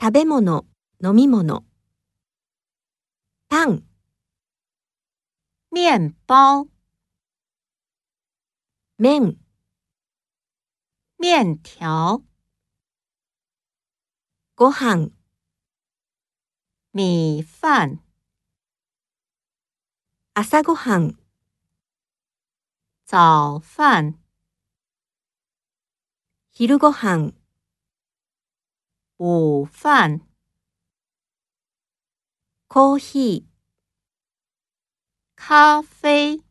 食べ物、飲み物。パン、面包、麺、面条、ご飯、米饭、朝ごはん、早饭、昼ごはん、午饭、コーヒー。咖啡。